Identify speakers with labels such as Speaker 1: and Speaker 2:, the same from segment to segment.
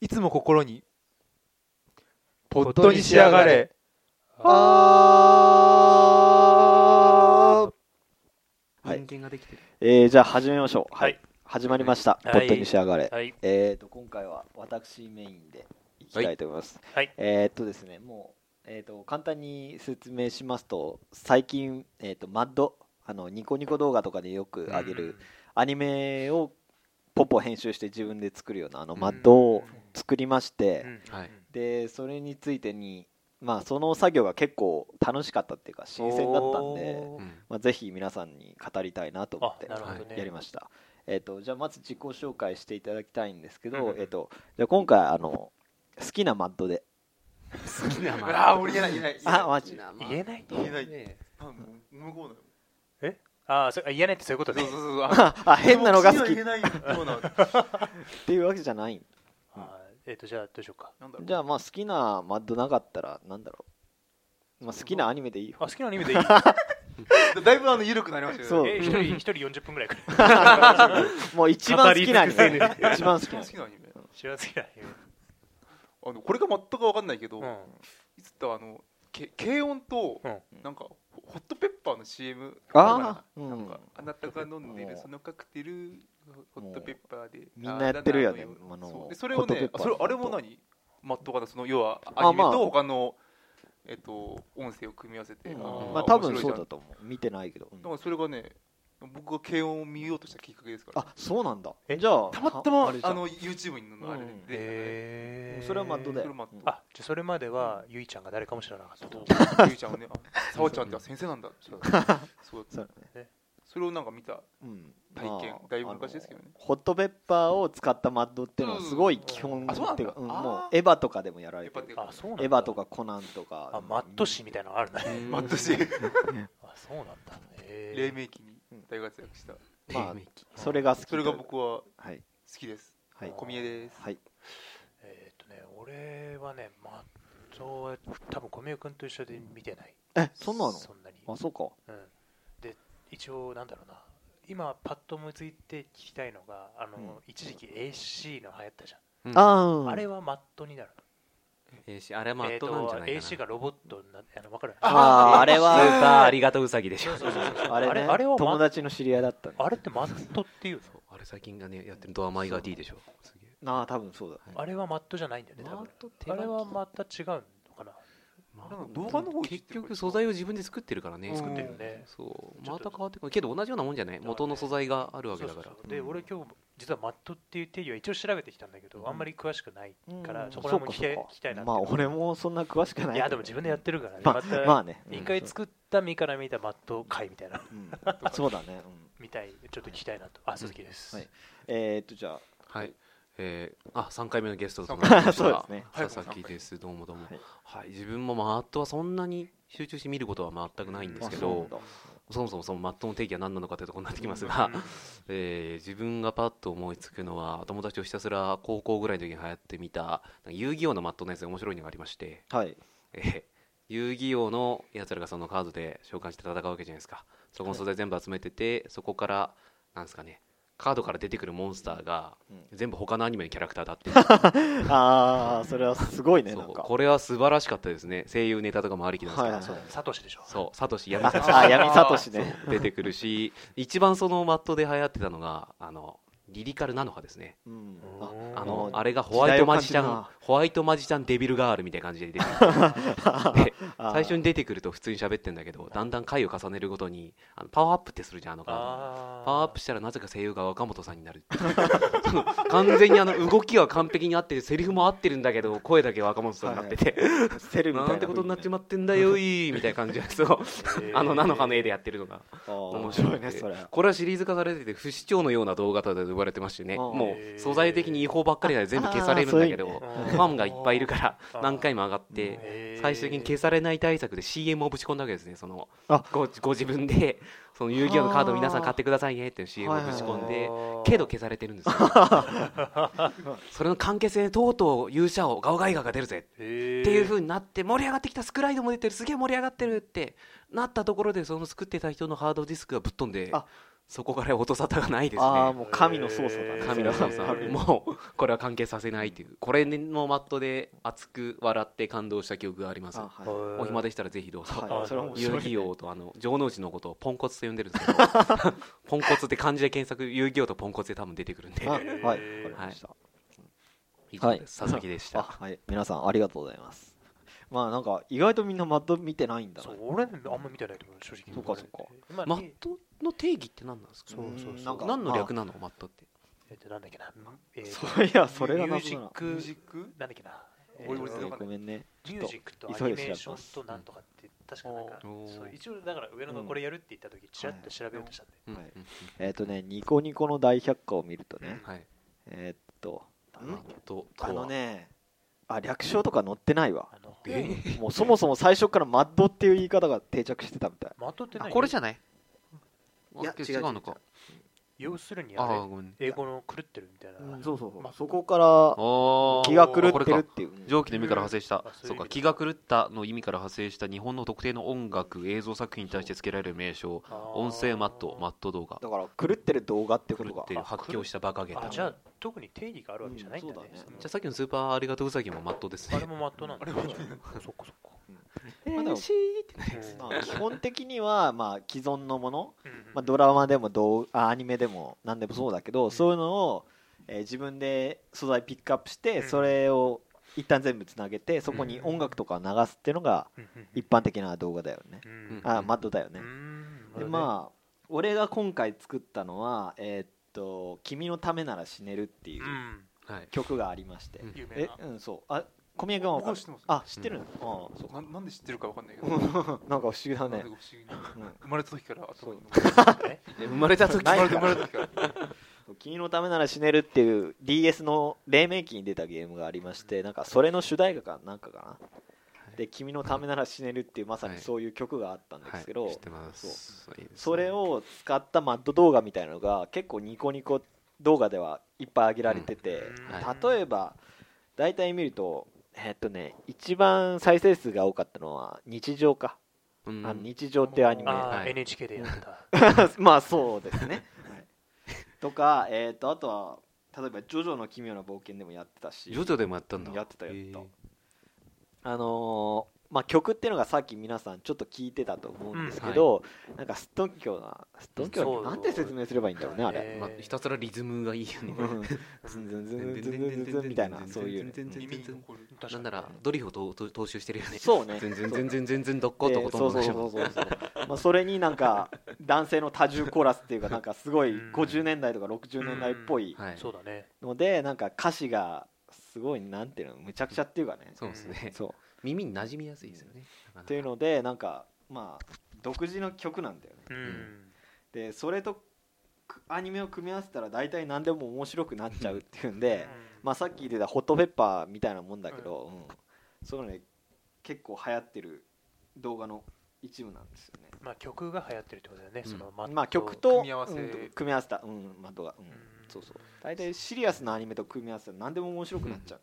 Speaker 1: いつも心にポットに仕上がれあ
Speaker 2: はい
Speaker 3: 人間ができてる。
Speaker 2: えー、じゃあ始めましょう。
Speaker 4: はい。
Speaker 2: 始まりました。
Speaker 4: はい
Speaker 2: ポットに仕上がれ。
Speaker 4: はい。
Speaker 2: えーと、今回は私メインでいきたいと思います。
Speaker 4: はい
Speaker 2: えーっとですね、もう、えーっと、簡単に説明しますと、最近、えーっと、マッド、あの、ニコニコ動画とかでよく上げる、アニメをポッポ編集して自分で作るような、あの、
Speaker 4: うん
Speaker 2: マッドを作りまして、
Speaker 1: はい
Speaker 2: で、それについてに、まあ、その作業が結構楽しかったっていうか、新鮮だったんで、
Speaker 4: おー
Speaker 2: まあ、ぜひ皆さんに語りたいなと思って
Speaker 4: あなるほどね
Speaker 2: やりました、えっとじゃあまず自己紹介していただきたいんですけ
Speaker 4: うん
Speaker 2: ど、
Speaker 4: うん
Speaker 2: えっとじゃあ今回あの好きなマッドで
Speaker 3: 好きな
Speaker 1: あ
Speaker 3: マッ
Speaker 1: あー俺言えない言えない
Speaker 2: あマ
Speaker 3: ド。
Speaker 2: ジ
Speaker 4: 言えない
Speaker 1: 言えない
Speaker 3: ね
Speaker 1: あもう向こうだ
Speaker 4: あーそあ言えないってそういうこと
Speaker 1: よ
Speaker 4: ね
Speaker 1: そうそうそうあ
Speaker 2: ああ変なのが好きっ
Speaker 1: でも口には入れないような
Speaker 2: ていうわけじゃない
Speaker 4: あーえっとじゃあどうしようか
Speaker 1: なんだろう
Speaker 2: じゃあまあ好きなマッドなかったらなんだろう、まあ、好きなアニメでいいよ
Speaker 4: あ好きなアニメ でいい
Speaker 1: だいぶあの緩くなりました
Speaker 2: そう
Speaker 1: よね
Speaker 4: え一人一人40分ぐらいかな
Speaker 2: もう一番好きなアニ
Speaker 4: 語り
Speaker 2: メ
Speaker 4: 尽くせぬ
Speaker 2: 一番好
Speaker 1: 一
Speaker 2: きな
Speaker 1: 番
Speaker 2: アニ
Speaker 1: 好き
Speaker 2: メ
Speaker 1: なアニメ
Speaker 4: 知らずにない
Speaker 1: あのこれが全く分かんないけど、
Speaker 4: うん
Speaker 1: いつだあのけ軽音と、
Speaker 4: うん
Speaker 1: なんかホホットペッパーの CM
Speaker 2: あー
Speaker 1: な
Speaker 2: うん
Speaker 1: んかあなたが飲んで
Speaker 2: も
Speaker 1: る
Speaker 2: う
Speaker 1: そのカクテルホットペッパーで
Speaker 2: みんなやってるよねあ
Speaker 1: あ
Speaker 2: の
Speaker 1: そうでそれ
Speaker 2: ホ
Speaker 1: を
Speaker 2: ットペッ
Speaker 1: ね
Speaker 2: パ
Speaker 1: あ
Speaker 2: ー
Speaker 1: それあれも何マットかなその要はアニメ
Speaker 2: まあ
Speaker 1: と他のえっと音声を組み合わせて、
Speaker 2: うん
Speaker 4: ー
Speaker 2: まあ多分そうだと思う見てないけど、うん
Speaker 1: だからそれがね僕が軽音を見ようとしたきっかけですから
Speaker 2: あそうなんだ
Speaker 4: え
Speaker 2: じゃあ
Speaker 1: たまたま
Speaker 2: あ
Speaker 1: あ
Speaker 2: れじゃん
Speaker 1: の YouTube にのあれ
Speaker 2: うん
Speaker 1: で、
Speaker 4: え
Speaker 2: それはマッドだ
Speaker 1: そ
Speaker 2: よ
Speaker 1: れマッ
Speaker 2: うん
Speaker 1: ド
Speaker 4: あじゃあそれまではゆいちゃんが誰かも知らなかったと
Speaker 1: そうゆうちゃんをねあさわちゃんって先生なんだってそうそう
Speaker 2: そうだね
Speaker 1: それをなんか見た
Speaker 2: うん
Speaker 1: 体験
Speaker 2: まあ
Speaker 1: だいぶ昔ですけどね
Speaker 2: あのホットペッパーを使ったマッドっていうのはすごい基本
Speaker 1: うんあそうなん
Speaker 2: て
Speaker 1: だ
Speaker 2: かうん
Speaker 1: あー
Speaker 2: もうエヴァとかでもやられて
Speaker 1: エヴァって
Speaker 2: る
Speaker 1: いうか
Speaker 4: あそうなんだ
Speaker 2: エヴァとかコナンとか
Speaker 4: あマッド氏みたいなのあるね
Speaker 1: マットシー
Speaker 4: あそうなんだへ
Speaker 1: 黎
Speaker 4: え
Speaker 1: 明期に大活躍した
Speaker 2: まあ
Speaker 3: 黎明期
Speaker 2: それが好き
Speaker 1: それが僕は好
Speaker 2: はい
Speaker 1: きです
Speaker 2: はい
Speaker 1: 小宮です
Speaker 2: はい
Speaker 4: えーっとね俺はねマッドは多分小宮君と一緒で見てない
Speaker 2: えそんなの
Speaker 4: そんなに
Speaker 2: あそうか
Speaker 4: うん、で一応なんだろうな今パッと思いついて聞きたいのがあの、
Speaker 2: うん
Speaker 4: 一時期 AC の流行ったじゃん、
Speaker 3: うん
Speaker 2: あ
Speaker 4: あ
Speaker 2: あ
Speaker 4: れはマットになる
Speaker 3: えーしあれは
Speaker 4: の
Speaker 3: マットなんじゃない
Speaker 4: えー
Speaker 3: か
Speaker 4: と
Speaker 3: な
Speaker 4: AC がロボットになってあの分かる
Speaker 2: あーあれ
Speaker 3: スーパー
Speaker 2: は
Speaker 3: ありがとうウサギでしょ。
Speaker 2: あれ
Speaker 4: あれ
Speaker 2: ね
Speaker 4: あれは
Speaker 2: 友
Speaker 4: マ
Speaker 2: 達の知り合いだったね
Speaker 4: あれってマットっていうの
Speaker 3: あれ最近がねやってるドアマイガー D でしょ。すげえ
Speaker 2: なあ多分そうだ
Speaker 4: あれはマットじゃないんだよね多
Speaker 3: マッ
Speaker 4: 分
Speaker 3: ト手
Speaker 4: あ
Speaker 3: 書き
Speaker 4: れはまた違うのかな
Speaker 3: ま
Speaker 1: あれなんか動画の方いじっ
Speaker 3: 結
Speaker 1: てる
Speaker 3: 局素材を自分で作ってるからね。
Speaker 1: うん
Speaker 4: 作ってるよね
Speaker 3: そう。
Speaker 4: ちょ
Speaker 3: ま
Speaker 4: っ
Speaker 3: た
Speaker 4: と
Speaker 3: 変わってくるけど同じようなもんじゃない。
Speaker 4: ね
Speaker 3: 元の素材があるわけだから
Speaker 4: そうそうそうで
Speaker 2: うん
Speaker 4: 俺今日実はマットっていう定義は一応調べてきたんだけど、あんまり詳しくないから、
Speaker 2: うん
Speaker 4: そこら辺も聞きたい
Speaker 2: そうかそうか
Speaker 4: 聞きたいなって
Speaker 2: まあ俺もそんな詳しくない
Speaker 4: いやでも自分でやってるからね、
Speaker 2: ま
Speaker 4: また
Speaker 2: まあね
Speaker 4: 一回作った身から見たマット界みたいな、
Speaker 2: うんそうだねうん
Speaker 4: みたい、ちょっと聞きたいなと。あ、鈴木です。
Speaker 2: はいえーっとじゃあ
Speaker 3: はい。えー、あ三回目のゲストとなり
Speaker 1: 三回
Speaker 3: ました。
Speaker 1: 目
Speaker 2: そうですね
Speaker 3: 佐々木です。どうもどうも
Speaker 2: は。い
Speaker 3: はい。自分もマットはそんなに集中して見ることは全くないんですけ
Speaker 2: あそうな
Speaker 3: ど
Speaker 2: ん。だ
Speaker 3: そもそもそのマットの定義は何なのかというところになってきます
Speaker 4: う
Speaker 3: が
Speaker 4: ん、
Speaker 3: えー自分がパッと思いつくのは友達とひたすら高校ぐらいの時に流行ってみたなんか遊戯王のマットのやつで面白いのがありまして、
Speaker 2: はい
Speaker 3: えー遊戯王のやつらがそのカードで召喚して戦うわけじゃないですかそこの素材全部集めててそこからなんですかねカードから出てくるモンスターが
Speaker 2: うん
Speaker 3: 全部他のアニメのキャラクターだって いう
Speaker 2: ああそれはすごいね
Speaker 3: そ
Speaker 2: なん
Speaker 3: う
Speaker 2: か
Speaker 3: これは素晴らしかったですね声優ネタとかもありきなんですけど、
Speaker 2: はいはい
Speaker 4: そうサトシでしょ。
Speaker 3: そうサトシ闇
Speaker 2: ああ闇サトシね
Speaker 3: 出てくる し一番そのマットで流行ってたのがあのリリカルナノハですね
Speaker 2: うん
Speaker 4: うん
Speaker 3: あ
Speaker 2: う
Speaker 3: の
Speaker 2: ん
Speaker 3: あれがホワイトマジシャ
Speaker 2: 時代を
Speaker 3: ン
Speaker 2: 感じ
Speaker 3: ホワイトマジシャンデビルガールみたいな感じで出てくるで
Speaker 2: あー
Speaker 3: 最初に出てくると普通に喋ってんだけどだんだん回を重ねるごとにあのパワーアップってするじゃんあのカード
Speaker 4: あ
Speaker 3: パワーアップしたらなぜか声優が若本さんになるその完全にあの動きは完璧に合っててセリフも合ってるんだけど声だけ若本さんになってて、
Speaker 2: セルみたい
Speaker 3: なんてことになっちまってんだ よいみたいな感じでそう あの菜の花絵でやってるのが
Speaker 2: あー
Speaker 3: 面
Speaker 2: 面
Speaker 3: 白
Speaker 2: 白
Speaker 3: い
Speaker 2: い
Speaker 3: ね
Speaker 2: ね
Speaker 3: そ
Speaker 2: そ
Speaker 3: れ
Speaker 2: れ
Speaker 3: これはシリーズ化されてて不死鳥のような動画と呼ばれてましてね
Speaker 2: あー
Speaker 3: もう素材的に違法ばっかりで全部消されるんだけど
Speaker 2: あー
Speaker 3: フ
Speaker 2: そ
Speaker 4: うん
Speaker 3: ァンがいっぱいいるから何回も上がっ
Speaker 2: うん
Speaker 3: て
Speaker 4: へー
Speaker 3: 最終的に消されない対策で CM をぶち込んだわけですねその
Speaker 2: あ
Speaker 3: ごご自分でその遊戯王のカードを皆さん買ってくださいねっていう CM をぶち込んでけど消されてるん ですよそれの関係性でとうとう勇者王ガオガイガーが出るぜ
Speaker 4: って
Speaker 3: って
Speaker 4: い
Speaker 3: いう風になって盛り上がってきたスクライドも出てるすげえ盛り上がってるってなったところでその作ってた人のハードディスクがぶっ飛んで
Speaker 2: あ
Speaker 3: そこから音沙汰がないです
Speaker 2: ああ
Speaker 3: ね
Speaker 2: もう神の操作だね
Speaker 4: ー
Speaker 3: 神の操作
Speaker 2: 神の
Speaker 3: もうこれは関係させないっていうこれのマットで熱く笑って感動した記憶があります
Speaker 2: あは
Speaker 3: お暇でしたらぜひどうぞ、
Speaker 2: い、はい、それは面
Speaker 3: 遊
Speaker 2: 白い
Speaker 3: 戯王とあの城之内のことをポンコツと呼んでるんですけど ポンコツって漢字で検索遊戯王とポンコツで多分出てくるんで
Speaker 2: あはいわかりました、
Speaker 3: 以上です佐々木でし
Speaker 2: あ
Speaker 3: た
Speaker 2: はい皆さんありがとうございますまあなんか意外とみんなマッド見てないんだな
Speaker 4: そう俺ねあんま見てないと思う正直
Speaker 2: そっかそっか
Speaker 4: 今
Speaker 3: マットの定義って何なんですか
Speaker 4: そうそう
Speaker 2: うん
Speaker 4: そ
Speaker 2: なん
Speaker 4: う
Speaker 2: か
Speaker 3: 何の略なのマットって
Speaker 4: えっとなんだっけなえっと
Speaker 2: そういやそれが
Speaker 4: ミュ
Speaker 2: な
Speaker 4: ー
Speaker 2: く
Speaker 4: ジッ
Speaker 2: なら
Speaker 4: ク
Speaker 1: ミュージック
Speaker 4: なんだっけなえ
Speaker 1: 俺
Speaker 4: ー
Speaker 1: 俺全然わかん
Speaker 2: ごめんね
Speaker 4: ミュージックとア
Speaker 2: 急い
Speaker 4: ニ
Speaker 2: で
Speaker 4: メ
Speaker 2: 調べ
Speaker 4: ー
Speaker 2: ます
Speaker 4: ションとなんとかって確かなんか
Speaker 3: おー
Speaker 4: そう一応だから上野がこれやるって言った時ちらっと調べようとしたんで
Speaker 3: うん
Speaker 2: はい
Speaker 3: うん
Speaker 2: えっ、とねニコニコの大百科を見るとね、
Speaker 3: はい
Speaker 2: えーっと
Speaker 3: マットとは
Speaker 2: あのねあ略称とか載っ てないわ
Speaker 4: あの
Speaker 3: え
Speaker 2: もうそもそも最初からマッドっていう言い方が定着してたみたい
Speaker 4: まとって
Speaker 3: あ
Speaker 4: ない
Speaker 3: これじゃない
Speaker 1: いや
Speaker 3: あ
Speaker 1: 違う
Speaker 3: のか
Speaker 4: 要するに
Speaker 3: あ
Speaker 4: あ
Speaker 3: あ
Speaker 4: れ
Speaker 3: ごめん
Speaker 4: 英語の狂ってるみたいな
Speaker 1: そうそうそう
Speaker 4: まあ
Speaker 1: そこから
Speaker 3: あー
Speaker 2: 気が狂
Speaker 3: こ
Speaker 2: っ
Speaker 3: れ
Speaker 2: てるっ
Speaker 3: か
Speaker 2: ていううん
Speaker 3: 上記の意味から派生した
Speaker 4: あそういう意味
Speaker 3: そうか
Speaker 4: だ
Speaker 3: 気が狂ったの意味から派生した日本の特定の音楽映像作品に対して付けられる名称
Speaker 4: あー
Speaker 3: 音声マットマット動画
Speaker 2: だから狂ってる動画ってこ
Speaker 3: 狂
Speaker 2: とが
Speaker 3: ってる発狂したバカげた
Speaker 4: あ
Speaker 3: じ
Speaker 4: じ
Speaker 3: ゃ
Speaker 4: ゃ
Speaker 3: あ
Speaker 4: あ特に定義があるわけじゃないんだね
Speaker 2: うんそうだね
Speaker 4: そ
Speaker 3: さっきのスーパーありがとうウサギもマットです
Speaker 4: のあ
Speaker 3: ね
Speaker 4: れもマットなんだ
Speaker 1: あれもマ
Speaker 4: そ
Speaker 1: ッ
Speaker 4: っかそっか
Speaker 2: まあでも
Speaker 4: うん
Speaker 2: まあ基本的にはまあ既存のもの、
Speaker 4: うん
Speaker 2: まあ、ドラマでも動あアニメでも何でもそうだけど、そういうのを、えー自分で素材ピックアップして、
Speaker 4: うん
Speaker 2: それを一旦全部つなげてそこに音楽とかを流すっていうのが
Speaker 4: うんうん
Speaker 2: 一般的な動画だよね、
Speaker 4: うん
Speaker 3: うん
Speaker 2: あマッドだよね、
Speaker 4: うん
Speaker 2: でまあ俺が今回作ったのは「えーっと君のためなら死ねる」っていううん
Speaker 3: はい
Speaker 2: 曲がありまして、
Speaker 3: うん
Speaker 4: 有名
Speaker 2: え
Speaker 4: な
Speaker 2: うんそうあ小宮君は分か
Speaker 1: 僕は
Speaker 2: る
Speaker 1: 知ってます
Speaker 2: あ知ってるの、ああそうか
Speaker 1: ななんで知ってるかわかんないけど
Speaker 2: うんなんか不思議だ
Speaker 1: なん
Speaker 2: ね
Speaker 1: でか不思議に
Speaker 2: うん
Speaker 1: 生まれた時から頭に
Speaker 4: え
Speaker 3: 生まれた時
Speaker 2: ない
Speaker 1: 生まれ
Speaker 2: か
Speaker 1: た生
Speaker 2: ら
Speaker 1: まれた時から
Speaker 2: 「君のためなら死ねる」っていう DS の黎明期に出たゲームがありましてなんかそれの主題歌かなんかかな「で君のためなら死ねる」っていうまさにそういう曲があったんで
Speaker 3: は
Speaker 2: す
Speaker 3: い
Speaker 2: けど、
Speaker 3: 知ってますいいですね
Speaker 2: それを使ったマッド動画みたいなのが結構ニコニコ動画ではいっぱい上げられてて、
Speaker 4: うん
Speaker 3: は
Speaker 2: 例えば大体見るとえっとね一番再生数が多かったのは日常か、
Speaker 3: うん
Speaker 2: あの日常っていうアニメ
Speaker 4: あー
Speaker 3: はい
Speaker 4: NHK でやってた
Speaker 2: まあそうです ね、はいとか、えっとあとは例えば「ジョジョの奇妙な冒険」でもやってたし
Speaker 3: ジョジョでもやったんだ
Speaker 2: やってたやってた
Speaker 3: へー
Speaker 2: あのーまあ、曲っていうのがさっき皆さんちょっと聞いてたと思うんですけど、なんかすっとんきょうなすっとんきょ
Speaker 4: そうう
Speaker 2: なんて説明すればいいんだ ろうねあれ、
Speaker 4: えー
Speaker 3: まあひたすらリズムがいいよね
Speaker 2: ズンズンズンズンズンズンズンみたいなそういうね
Speaker 1: 耳に残る
Speaker 4: 確か
Speaker 3: なん
Speaker 4: に
Speaker 3: ならドリフをとと踏襲してるよね
Speaker 2: そうね
Speaker 3: 全然全然全然どっことほとんど
Speaker 2: そ
Speaker 3: 同
Speaker 2: う
Speaker 3: じ
Speaker 2: そうそうそうそうまあそれになんか男性の多重コーラスっていうかなんかすごい
Speaker 4: うん
Speaker 2: 50年代とか60年代っぽい
Speaker 3: はい
Speaker 4: そうだね
Speaker 2: のでなんか歌詞がすごいなんていうのむちゃくちゃっていうかね
Speaker 3: そうですね
Speaker 2: そう
Speaker 3: 耳に馴染みやすいですよねっ
Speaker 2: っていうのでなんかまあ独自の曲なんだよね
Speaker 4: うん
Speaker 2: でそれとくアニメを組み合わせたら大体何でも面白くなっちゃうっていうんで
Speaker 4: うん
Speaker 2: まあさっき言ってたホットペッパーみたいなもんだけど、うんそういうのね結構流行ってる動画の一部なんですよね
Speaker 4: まあ曲が流行ってるってことだよね
Speaker 3: うん
Speaker 4: そのマット
Speaker 2: まあ曲と
Speaker 1: 組み合わせ
Speaker 2: うん組み合わせた、うん、マッドが、うん
Speaker 4: うん
Speaker 2: そうそう大体シリアスなアニメと組み合わせたら何でも面白くなっちゃう、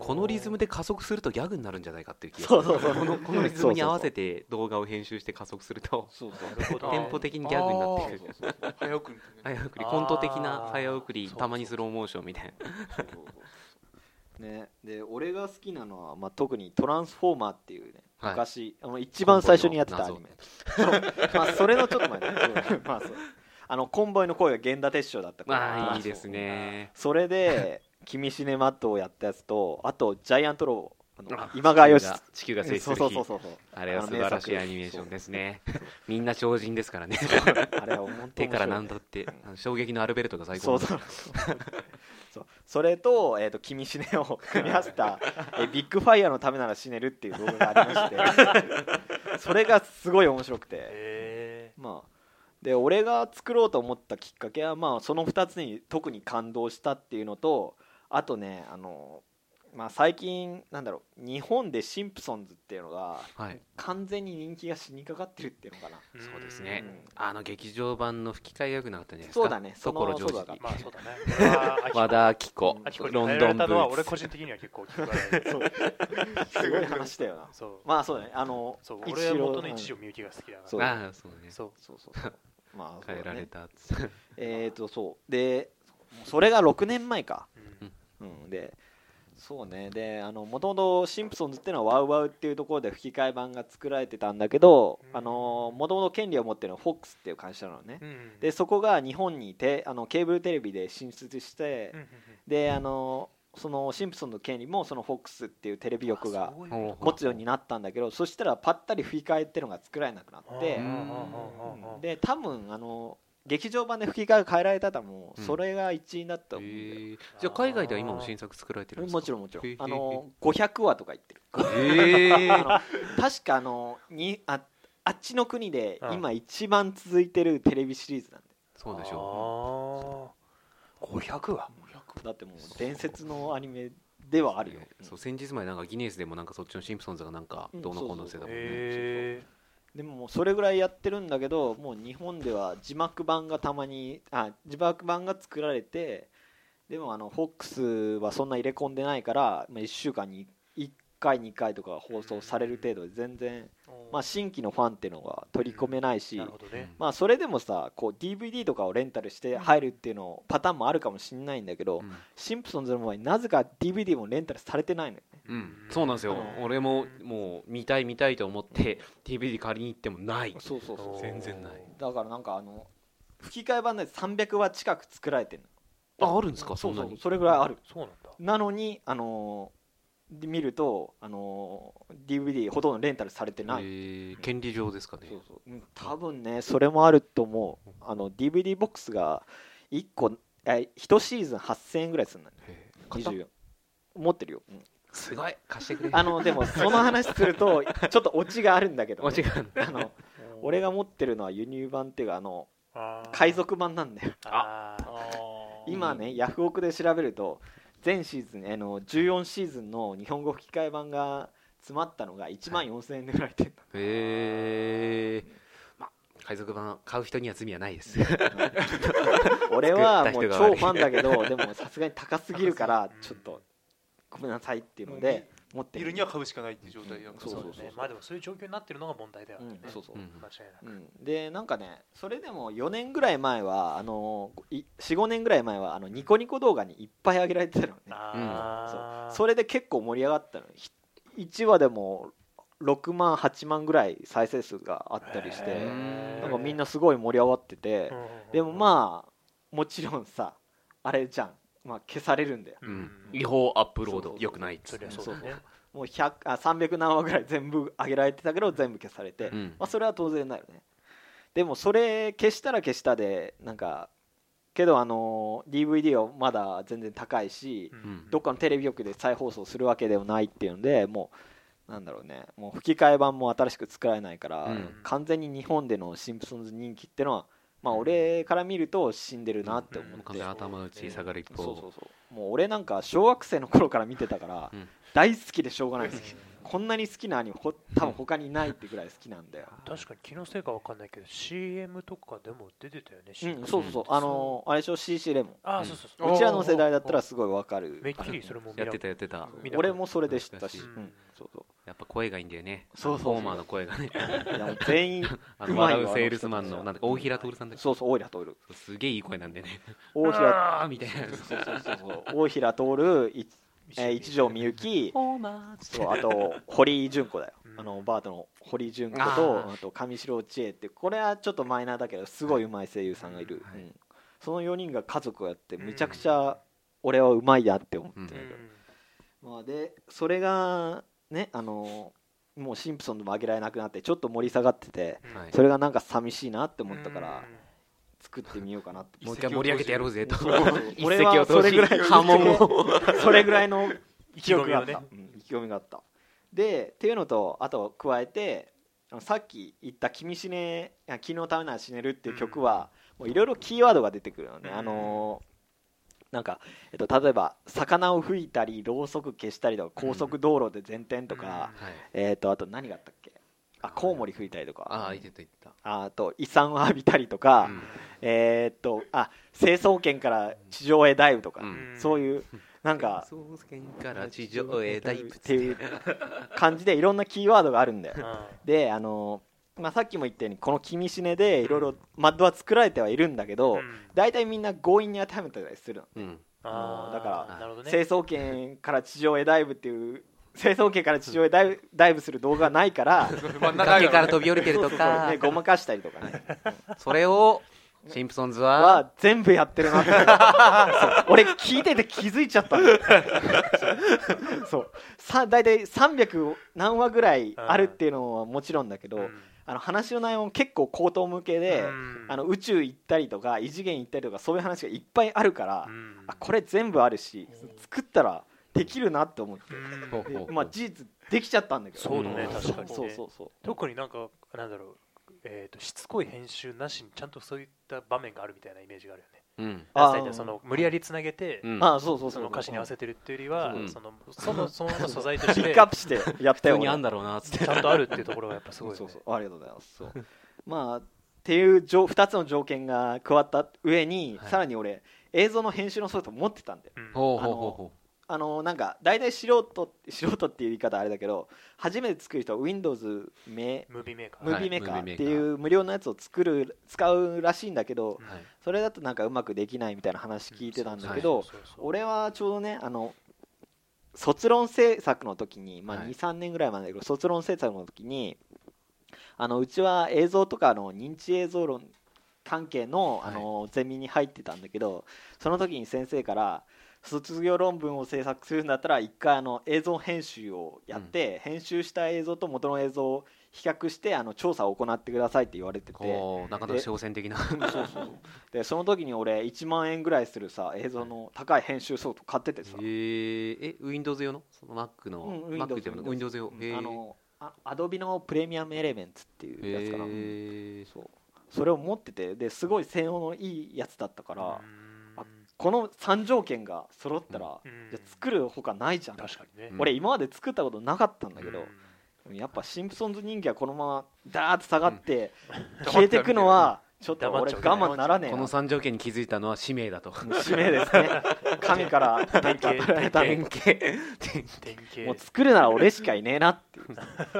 Speaker 3: このリズムで加速するとギャグになるんじゃないかっていう気が
Speaker 2: そうそうそう
Speaker 3: このこのリズムに合わせて動画を編集して加速すると
Speaker 2: そう そう
Speaker 4: なるほど
Speaker 3: テンポ的にギャグになっていく
Speaker 1: そうそうそう早送りみたいな
Speaker 3: 早送り
Speaker 4: あー
Speaker 3: コント的な早送り
Speaker 4: そう
Speaker 3: たまにスローモーションみたいな
Speaker 2: そうそうそうね、で俺が好きなのは、まあ、特に「トランスフォーマー」っていうね
Speaker 3: はい
Speaker 2: 昔、あの一番最初にやってたアニメそうまあ、それのちょっと前だねそうまあそうあのコンボイの声が源田鉄章だった
Speaker 3: まあいいですね
Speaker 2: それで「君シネマット」をやったやつとあと「ジャイアントロボ」あの今川義
Speaker 3: 地球が地球が成
Speaker 2: そう
Speaker 3: 長
Speaker 2: そう
Speaker 3: する日
Speaker 2: そうそうそう
Speaker 3: あれは素晴らしいアニメーションですね みんな超人です からね
Speaker 2: あれは本当面白い
Speaker 3: 手からなんだってあの衝撃のアルベルトが最高
Speaker 2: そうそうそうそうそれと,、えー、と「君死ね」を組み合わ せた「えービッグファイヤーのためなら死ねる」っていう動画がありましてそれがすごい面白くて
Speaker 4: へ
Speaker 2: まあで俺が作ろうと思ったきっかけは、まあ、その2つに特に感動したっていうのとあとねあの、まあ、最近なんだろう日本で「シンプソンズ」っていうのが
Speaker 3: はい
Speaker 2: 完全に人気が死にかかってるっていうのかな、
Speaker 4: ー
Speaker 3: そうです
Speaker 2: う
Speaker 3: ね
Speaker 2: ん
Speaker 3: あの劇場版の吹き替えが良くなかったんじゃないですか
Speaker 2: そうだねその
Speaker 3: 所ジョ
Speaker 2: そう
Speaker 3: ー
Speaker 2: だ
Speaker 3: ジ
Speaker 4: まあそうだ ねこれはアキコ
Speaker 3: 和田アキ子
Speaker 4: アキコに
Speaker 3: ロ
Speaker 4: 変え
Speaker 3: ン
Speaker 4: ら
Speaker 3: ド
Speaker 4: れ
Speaker 3: ンブ
Speaker 4: たのは俺
Speaker 3: ー
Speaker 4: 個
Speaker 3: ツ
Speaker 4: 人的には結構聞くからね
Speaker 2: すごい話だよな
Speaker 4: そう
Speaker 2: まあそうだねあの
Speaker 4: そう
Speaker 2: 一
Speaker 4: 俺は
Speaker 2: 郎
Speaker 4: 元の
Speaker 2: うん
Speaker 4: 一条みゆきが好きだか
Speaker 2: そう
Speaker 4: ら
Speaker 3: ああそうね
Speaker 4: そう
Speaker 2: そうそうそうまあそうだ
Speaker 3: 変
Speaker 2: ね
Speaker 3: えられた
Speaker 2: えーとそうでそれが6年前か、
Speaker 4: うん
Speaker 2: うん、でそうねであのもともとシンプソンズっていうのはワウワウっていうところで吹き替え版が作られてたんだけど
Speaker 4: うん
Speaker 2: もともと権利を持ってるのは FOX っていう会社なのね
Speaker 4: うん
Speaker 2: でそこが日本にいてあのケーブルテレビで進出して
Speaker 4: うんうん
Speaker 2: であのそのシンプソンの権利もその FOX っていうテレビ局が
Speaker 4: そういうこと
Speaker 2: 持つようになったんだけどそしたらぱったり吹き替えってのが作られなくなって
Speaker 4: う
Speaker 3: うん
Speaker 4: うんうんうん
Speaker 2: で多分あの劇場版で吹き替えを変えられたのも
Speaker 3: うん
Speaker 2: それが一因だったと
Speaker 3: へ
Speaker 2: 思うんだよ、
Speaker 3: ーじゃあ海外では今も新作作られてるんですか
Speaker 2: もちろんもちろ
Speaker 3: へ
Speaker 2: ん
Speaker 3: ー
Speaker 2: あの500話とか言ってる
Speaker 3: へー
Speaker 2: 確かあのにああっちの国で
Speaker 4: うん
Speaker 2: 今一番続いてるテレビシリーズなんだよ
Speaker 3: そうでしょ
Speaker 4: あー500は
Speaker 2: だってもう伝説のアニメではあるよ、
Speaker 3: そう先日までなんかギネスでもなんかそっちのシンプソンズがなんかどうのこうのせだもんね
Speaker 4: へ
Speaker 2: でももうそれぐらいやってるんだけどもう日本では字幕版がたまにあ字幕版が作られてでもあの FOX はそんな入れ込んでないから、まあ、1週間に1回2回とか放送される程度で全然、
Speaker 4: ー
Speaker 2: まあ、新規のファンっていうのが取り込めないし
Speaker 4: なるほどね
Speaker 2: まあそれでもさこう DVD とかをレンタルして入るっていうのパターンもあるかもしれないんだけど、
Speaker 3: うん
Speaker 2: シンプソンズの場合なぜか DVD もレンタルされてないのよね
Speaker 3: うん、そうなんですよ、
Speaker 2: うん
Speaker 3: 俺ももう見たい見たいと思って、DVD 借りに行ってもない、
Speaker 2: そうそうそう
Speaker 3: 全然ない
Speaker 2: だからなんかあの吹き替え版で300話近く作られてる
Speaker 3: ああるんですか、そ
Speaker 2: そうんそ
Speaker 3: な
Speaker 2: う
Speaker 3: に、
Speaker 2: それぐらいある
Speaker 4: そうなんだ
Speaker 2: なのにあのーで見るとあのー DVD ほとんどレンタルされてない、
Speaker 3: えー権利上ですかね
Speaker 2: そう、そううん多分ねそれもあると思うあの DVD ボックスが1個え1シーズン8000円ぐらいするのよ
Speaker 3: へー買った
Speaker 2: 24持ってるよ、うん
Speaker 3: すごい、貸してくれ、
Speaker 2: あのでもその話する とちょっとオチがあるんだけどね、
Speaker 3: 間違う
Speaker 2: あの俺が持ってるのは輸入版っていうかあの
Speaker 4: あー
Speaker 2: 海賊版なんだよ
Speaker 4: あー
Speaker 2: 今ね、ヤフオクで調べると全シーズンあの14シーズンの日本語吹き替え版が詰まったのが1万4000円で売られてる
Speaker 3: へえま、海賊版、買う人には罪はないです、
Speaker 2: の俺はもう
Speaker 3: 作った人が
Speaker 2: 超
Speaker 3: 悪
Speaker 2: フ
Speaker 3: い
Speaker 2: ァンだけどでもさすがに高すぎるからちょっとごめんなさいっていうので持って
Speaker 5: いるには買うしかないっていう状態なんか
Speaker 2: そう
Speaker 4: そ
Speaker 2: そうう
Speaker 4: だ
Speaker 2: そ
Speaker 4: ね
Speaker 2: う
Speaker 4: まあでもそういう状況になってるのが問題だよね、
Speaker 2: うんそうそううん
Speaker 4: 間違いなく
Speaker 2: うん、でなんかねそれでも4年ぐらい前はあの45年ぐらい前はあのニコニコ動画にいっぱい上げられてたのね
Speaker 4: あー
Speaker 2: それで結構盛り上がったの1話でも6万8万ぐらい再生数があったりし
Speaker 4: へ
Speaker 2: て
Speaker 4: ー
Speaker 2: なんかみんなすごい盛り上がってて
Speaker 4: うんうんうん
Speaker 2: でもまあもちろんさあれじゃん、まあ、消されるんだよ
Speaker 3: うん、違法アップロー
Speaker 2: そうそう
Speaker 3: ド
Speaker 2: そ、う
Speaker 3: よくないっつ
Speaker 4: そ
Speaker 3: っ
Speaker 4: り
Speaker 3: て
Speaker 4: ゃそうだね
Speaker 2: もう100あ300何話ぐらい全部上げられてたけど全部消されて、
Speaker 3: うん
Speaker 2: まあ、それは当然だよねでもそれ消したら消したでなんかけどあの DVD はまだ全然高いし、
Speaker 4: うん
Speaker 3: うん
Speaker 2: どっかのテレビ局で再放送するわけでもないっていうのでもうなんだろうねもう吹き替え版も新しく作られないから、
Speaker 3: うん
Speaker 2: 完全に日本でのシンプソンズ人気ってのはまあ俺から見ると死んでるなって思
Speaker 3: もう
Speaker 2: っ
Speaker 3: 完
Speaker 2: て、
Speaker 3: 全に頭打ち下がる一
Speaker 2: そうそ
Speaker 3: 方
Speaker 2: う、そうもう俺なんか小学生の頃から見てたから、
Speaker 3: うん
Speaker 2: 大好きでしょうがないですこんなに好きなアニメほ多分他にないってぐらい好きなんだよ、
Speaker 4: 確かに気のせいかわかんないけど CM とかでも出てたよね、
Speaker 2: う
Speaker 4: CM
Speaker 2: ん、そうそうそうあのーあれでしょ CC レモ
Speaker 4: あ
Speaker 3: う
Speaker 4: ー
Speaker 3: ん
Speaker 4: そうそうそう
Speaker 2: ンうちらの世代だったら
Speaker 4: あ
Speaker 2: すごいわかる
Speaker 4: ーめっきりそれも見
Speaker 3: や
Speaker 4: ら
Speaker 3: ってた、やってた、
Speaker 4: 見なかった
Speaker 2: 俺もそれで知ったし、
Speaker 3: 懐
Speaker 4: かしい
Speaker 2: うんそうそう
Speaker 3: やっぱ声がいいんだよね、
Speaker 2: そうそうそう
Speaker 3: フォーマーの声がね、
Speaker 2: いやもう全員
Speaker 3: あの
Speaker 2: うまいわ
Speaker 3: 笑うセールスマンの、なんだか大平徹さんだっけ
Speaker 2: そうそう大平徹
Speaker 3: そうすげえいい声なんでね、
Speaker 2: 大平
Speaker 3: あーみたいな。
Speaker 2: そうそうそうそう大平徹いえー一条みゆきそうあと堀井純子だよ
Speaker 4: うん
Speaker 2: あのバートの堀井純子と
Speaker 3: あ
Speaker 2: あと上白千恵ってこれはちょっとマイナーだけどすごい上手い声優さんがいる、
Speaker 3: はい
Speaker 2: うんその4人が家族をやってむちゃくちゃ俺は上手いなって思ってるんだ
Speaker 4: う
Speaker 2: けど、
Speaker 4: ん
Speaker 2: まあ、でそれがねあのもうシンプソンでも上げられなくなってちょっと盛り下がってて
Speaker 4: うん
Speaker 3: はい
Speaker 2: それがなんか寂しいなって思ったから作ってみようかなっ て
Speaker 3: もう一回盛り上げてやろうぜと
Speaker 2: そう そうそう。
Speaker 3: 一石を投じ、波紋を。
Speaker 2: それぐらいの
Speaker 4: 意
Speaker 2: 記
Speaker 4: 気込
Speaker 2: 憶
Speaker 4: み
Speaker 2: があ
Speaker 4: を
Speaker 2: った
Speaker 4: ね、
Speaker 2: うん意気込みがあったでっていうのとあと加えてあのさっき言った「君死ね」いや「君のためなら死ねる」っていう曲はもういろいろキーワードが出てくるのね、
Speaker 4: うん
Speaker 2: あのーなんか、えっと、例えば魚を吹いたりろうそく消したりとか高速道路で前転とか、えっとあと何があったっけあコウモリ吹いたりとか
Speaker 3: ああ、言ってた言って
Speaker 2: ああと遺産を浴びたりとか、
Speaker 3: た。うん
Speaker 2: えーっとあ成層圏から地上へダイブとか、
Speaker 3: うん
Speaker 2: そういうなんか
Speaker 3: 創建から地上へダイブ
Speaker 2: っていう感じでいろんなキーワードがあるんだよ
Speaker 4: うん
Speaker 2: であのまあ、さっきも言ったようにこの「君死ね」でいろいろマッドは作られてはいるんだけど、
Speaker 4: うん
Speaker 2: 大体みんな強引に当てはめたりするの、
Speaker 3: うん
Speaker 4: あー
Speaker 2: だから
Speaker 4: なるほどね
Speaker 2: 成層圏から地上へダイブっていう成層圏から地上へダイブダイブする動画がないから
Speaker 5: 真ん中
Speaker 3: 崖から飛
Speaker 5: び
Speaker 3: び降りてると
Speaker 2: そうそう
Speaker 3: か
Speaker 2: ねごまかしたりとかね
Speaker 3: それをシンプソンズは
Speaker 2: は全部やっ てるなってそう俺聞いてて気づいちゃったのそうさ大体300何話ぐらいあるっていうのはもちろんだけど、
Speaker 4: うん
Speaker 2: あの話の内容も結構口頭向けで、
Speaker 4: うん
Speaker 2: あの宇宙行ったりとか異次元行ったりとかそういう話がいっぱいあるから、
Speaker 4: うん
Speaker 2: あこれ全部あるし作ったらできるなって思って、
Speaker 4: うん
Speaker 3: ほうほうほう
Speaker 2: でまあ事実できちゃったんだけど
Speaker 4: そうだね
Speaker 3: うん
Speaker 4: 確かにね
Speaker 2: そうそうそう
Speaker 4: 特になんかなんだろうえーとしつこい編集なしにちゃんとそういった場面があるみたいなイメージがあるよね
Speaker 3: うん
Speaker 2: あー
Speaker 4: なんかその無理やりつなげて
Speaker 3: うん
Speaker 2: あそうそうそう
Speaker 4: その歌詞に合わせてるっていうより
Speaker 3: う
Speaker 4: は
Speaker 3: ん
Speaker 4: そのそのそのまま素材と
Speaker 2: ピ
Speaker 4: し
Speaker 2: ッ
Speaker 4: て
Speaker 2: クアップしてやっ
Speaker 3: 普
Speaker 2: たよ
Speaker 3: 通に
Speaker 2: 俺
Speaker 3: あんだろうなっつって
Speaker 4: ちゃんとあるっていうところがやっぱすごいよ
Speaker 2: そう
Speaker 4: ね
Speaker 2: そうありがとうございますそう まあっていうじょ2つの条件が加わった上に、
Speaker 3: はい
Speaker 2: さらに俺映像の編集のソフト持ってたんで
Speaker 4: うん
Speaker 3: ほうほうほうほ
Speaker 2: あのなんか大体素人素人っていう言い方あれだけど初めて作る人は Windows め
Speaker 4: ムービーメーカー
Speaker 2: ムービーメーカ
Speaker 3: は
Speaker 2: ー
Speaker 3: い
Speaker 2: っていう無料のやつを作る使うらしいんだけど
Speaker 3: うはい
Speaker 2: それだとなんかうまくできないみたいな話聞いてたんだけ
Speaker 4: う
Speaker 2: ど
Speaker 4: んそうそうそうそう
Speaker 2: 俺はちょうどねあの卒論制作の時に、まあ、
Speaker 3: はい
Speaker 2: 23年ぐらい前だけど、卒論制作の時にあのうちは映像とかの認知映像論関係のあのゼミに入ってたんだけどその時に先生から卒業論文を制作するんだったら一回あの映像編集をやって、編集した映像と元の映像を比較してあの調査を行ってくださいって言われてて。
Speaker 3: こうなかなか挑戦的な
Speaker 2: そうそう でその時に俺1万円ぐらいするさ映像の高い編集ソフト買っててさ、
Speaker 3: えー、え Windows 用のその Mac の、
Speaker 2: うん Windows
Speaker 3: Mac でも Windows 用、えー、
Speaker 2: あのあアドビのプレミアムエレメンツっていうやつかな、
Speaker 3: えー、
Speaker 2: そうそれを持っててですごい性能のいいやつだったから、
Speaker 4: うん
Speaker 2: あこの3条件が揃ったら、
Speaker 4: うん
Speaker 2: じゃあ作るほかないじゃん、
Speaker 4: 確かにね
Speaker 3: うん
Speaker 2: 俺今まで作ったことなかったんだけど、やっぱシンプソンズ人気はこのままダーッと下がって、 消えてくのはちょっと俺我慢ならねえ
Speaker 3: こ
Speaker 2: な
Speaker 3: の3条件に気づいたのは使命だと
Speaker 2: 使命ですね神から何か与えられた の
Speaker 3: 典型
Speaker 4: 典
Speaker 2: もう
Speaker 4: 型
Speaker 2: 作るなら俺しかいねえなっていう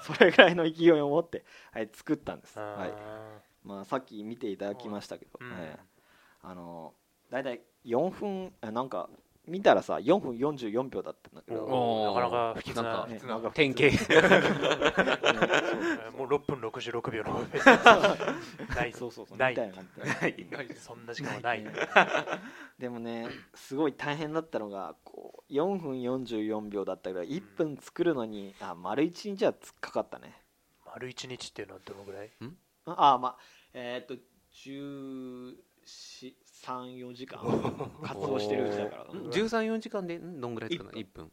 Speaker 2: それぐらいの勢いを持って、はい、作ったんです、
Speaker 4: あ
Speaker 2: は
Speaker 4: ー
Speaker 2: いまあ、さっき見ていただきましたけど、
Speaker 4: うん
Speaker 2: はい、あの大体4分あなんか見たらさ4分44秒だったんだけど、
Speaker 4: おーなかなか不吉な
Speaker 3: なんか
Speaker 2: ねなんか
Speaker 3: 典型
Speaker 4: えーもう6分66秒のない
Speaker 2: そうそうそう みた
Speaker 4: ないい
Speaker 2: な感じで
Speaker 4: そんな時間はない
Speaker 2: でもねすごい大変だったのがこう4分44秒だったけど1分作るのにあ丸1日はつっかかったね
Speaker 4: 丸一日っていうのはどのぐらい
Speaker 2: ああまあえーっと134時間活動してるうちだから
Speaker 3: 13、4時間でんどんぐらいですかな
Speaker 2: 一
Speaker 3: 1分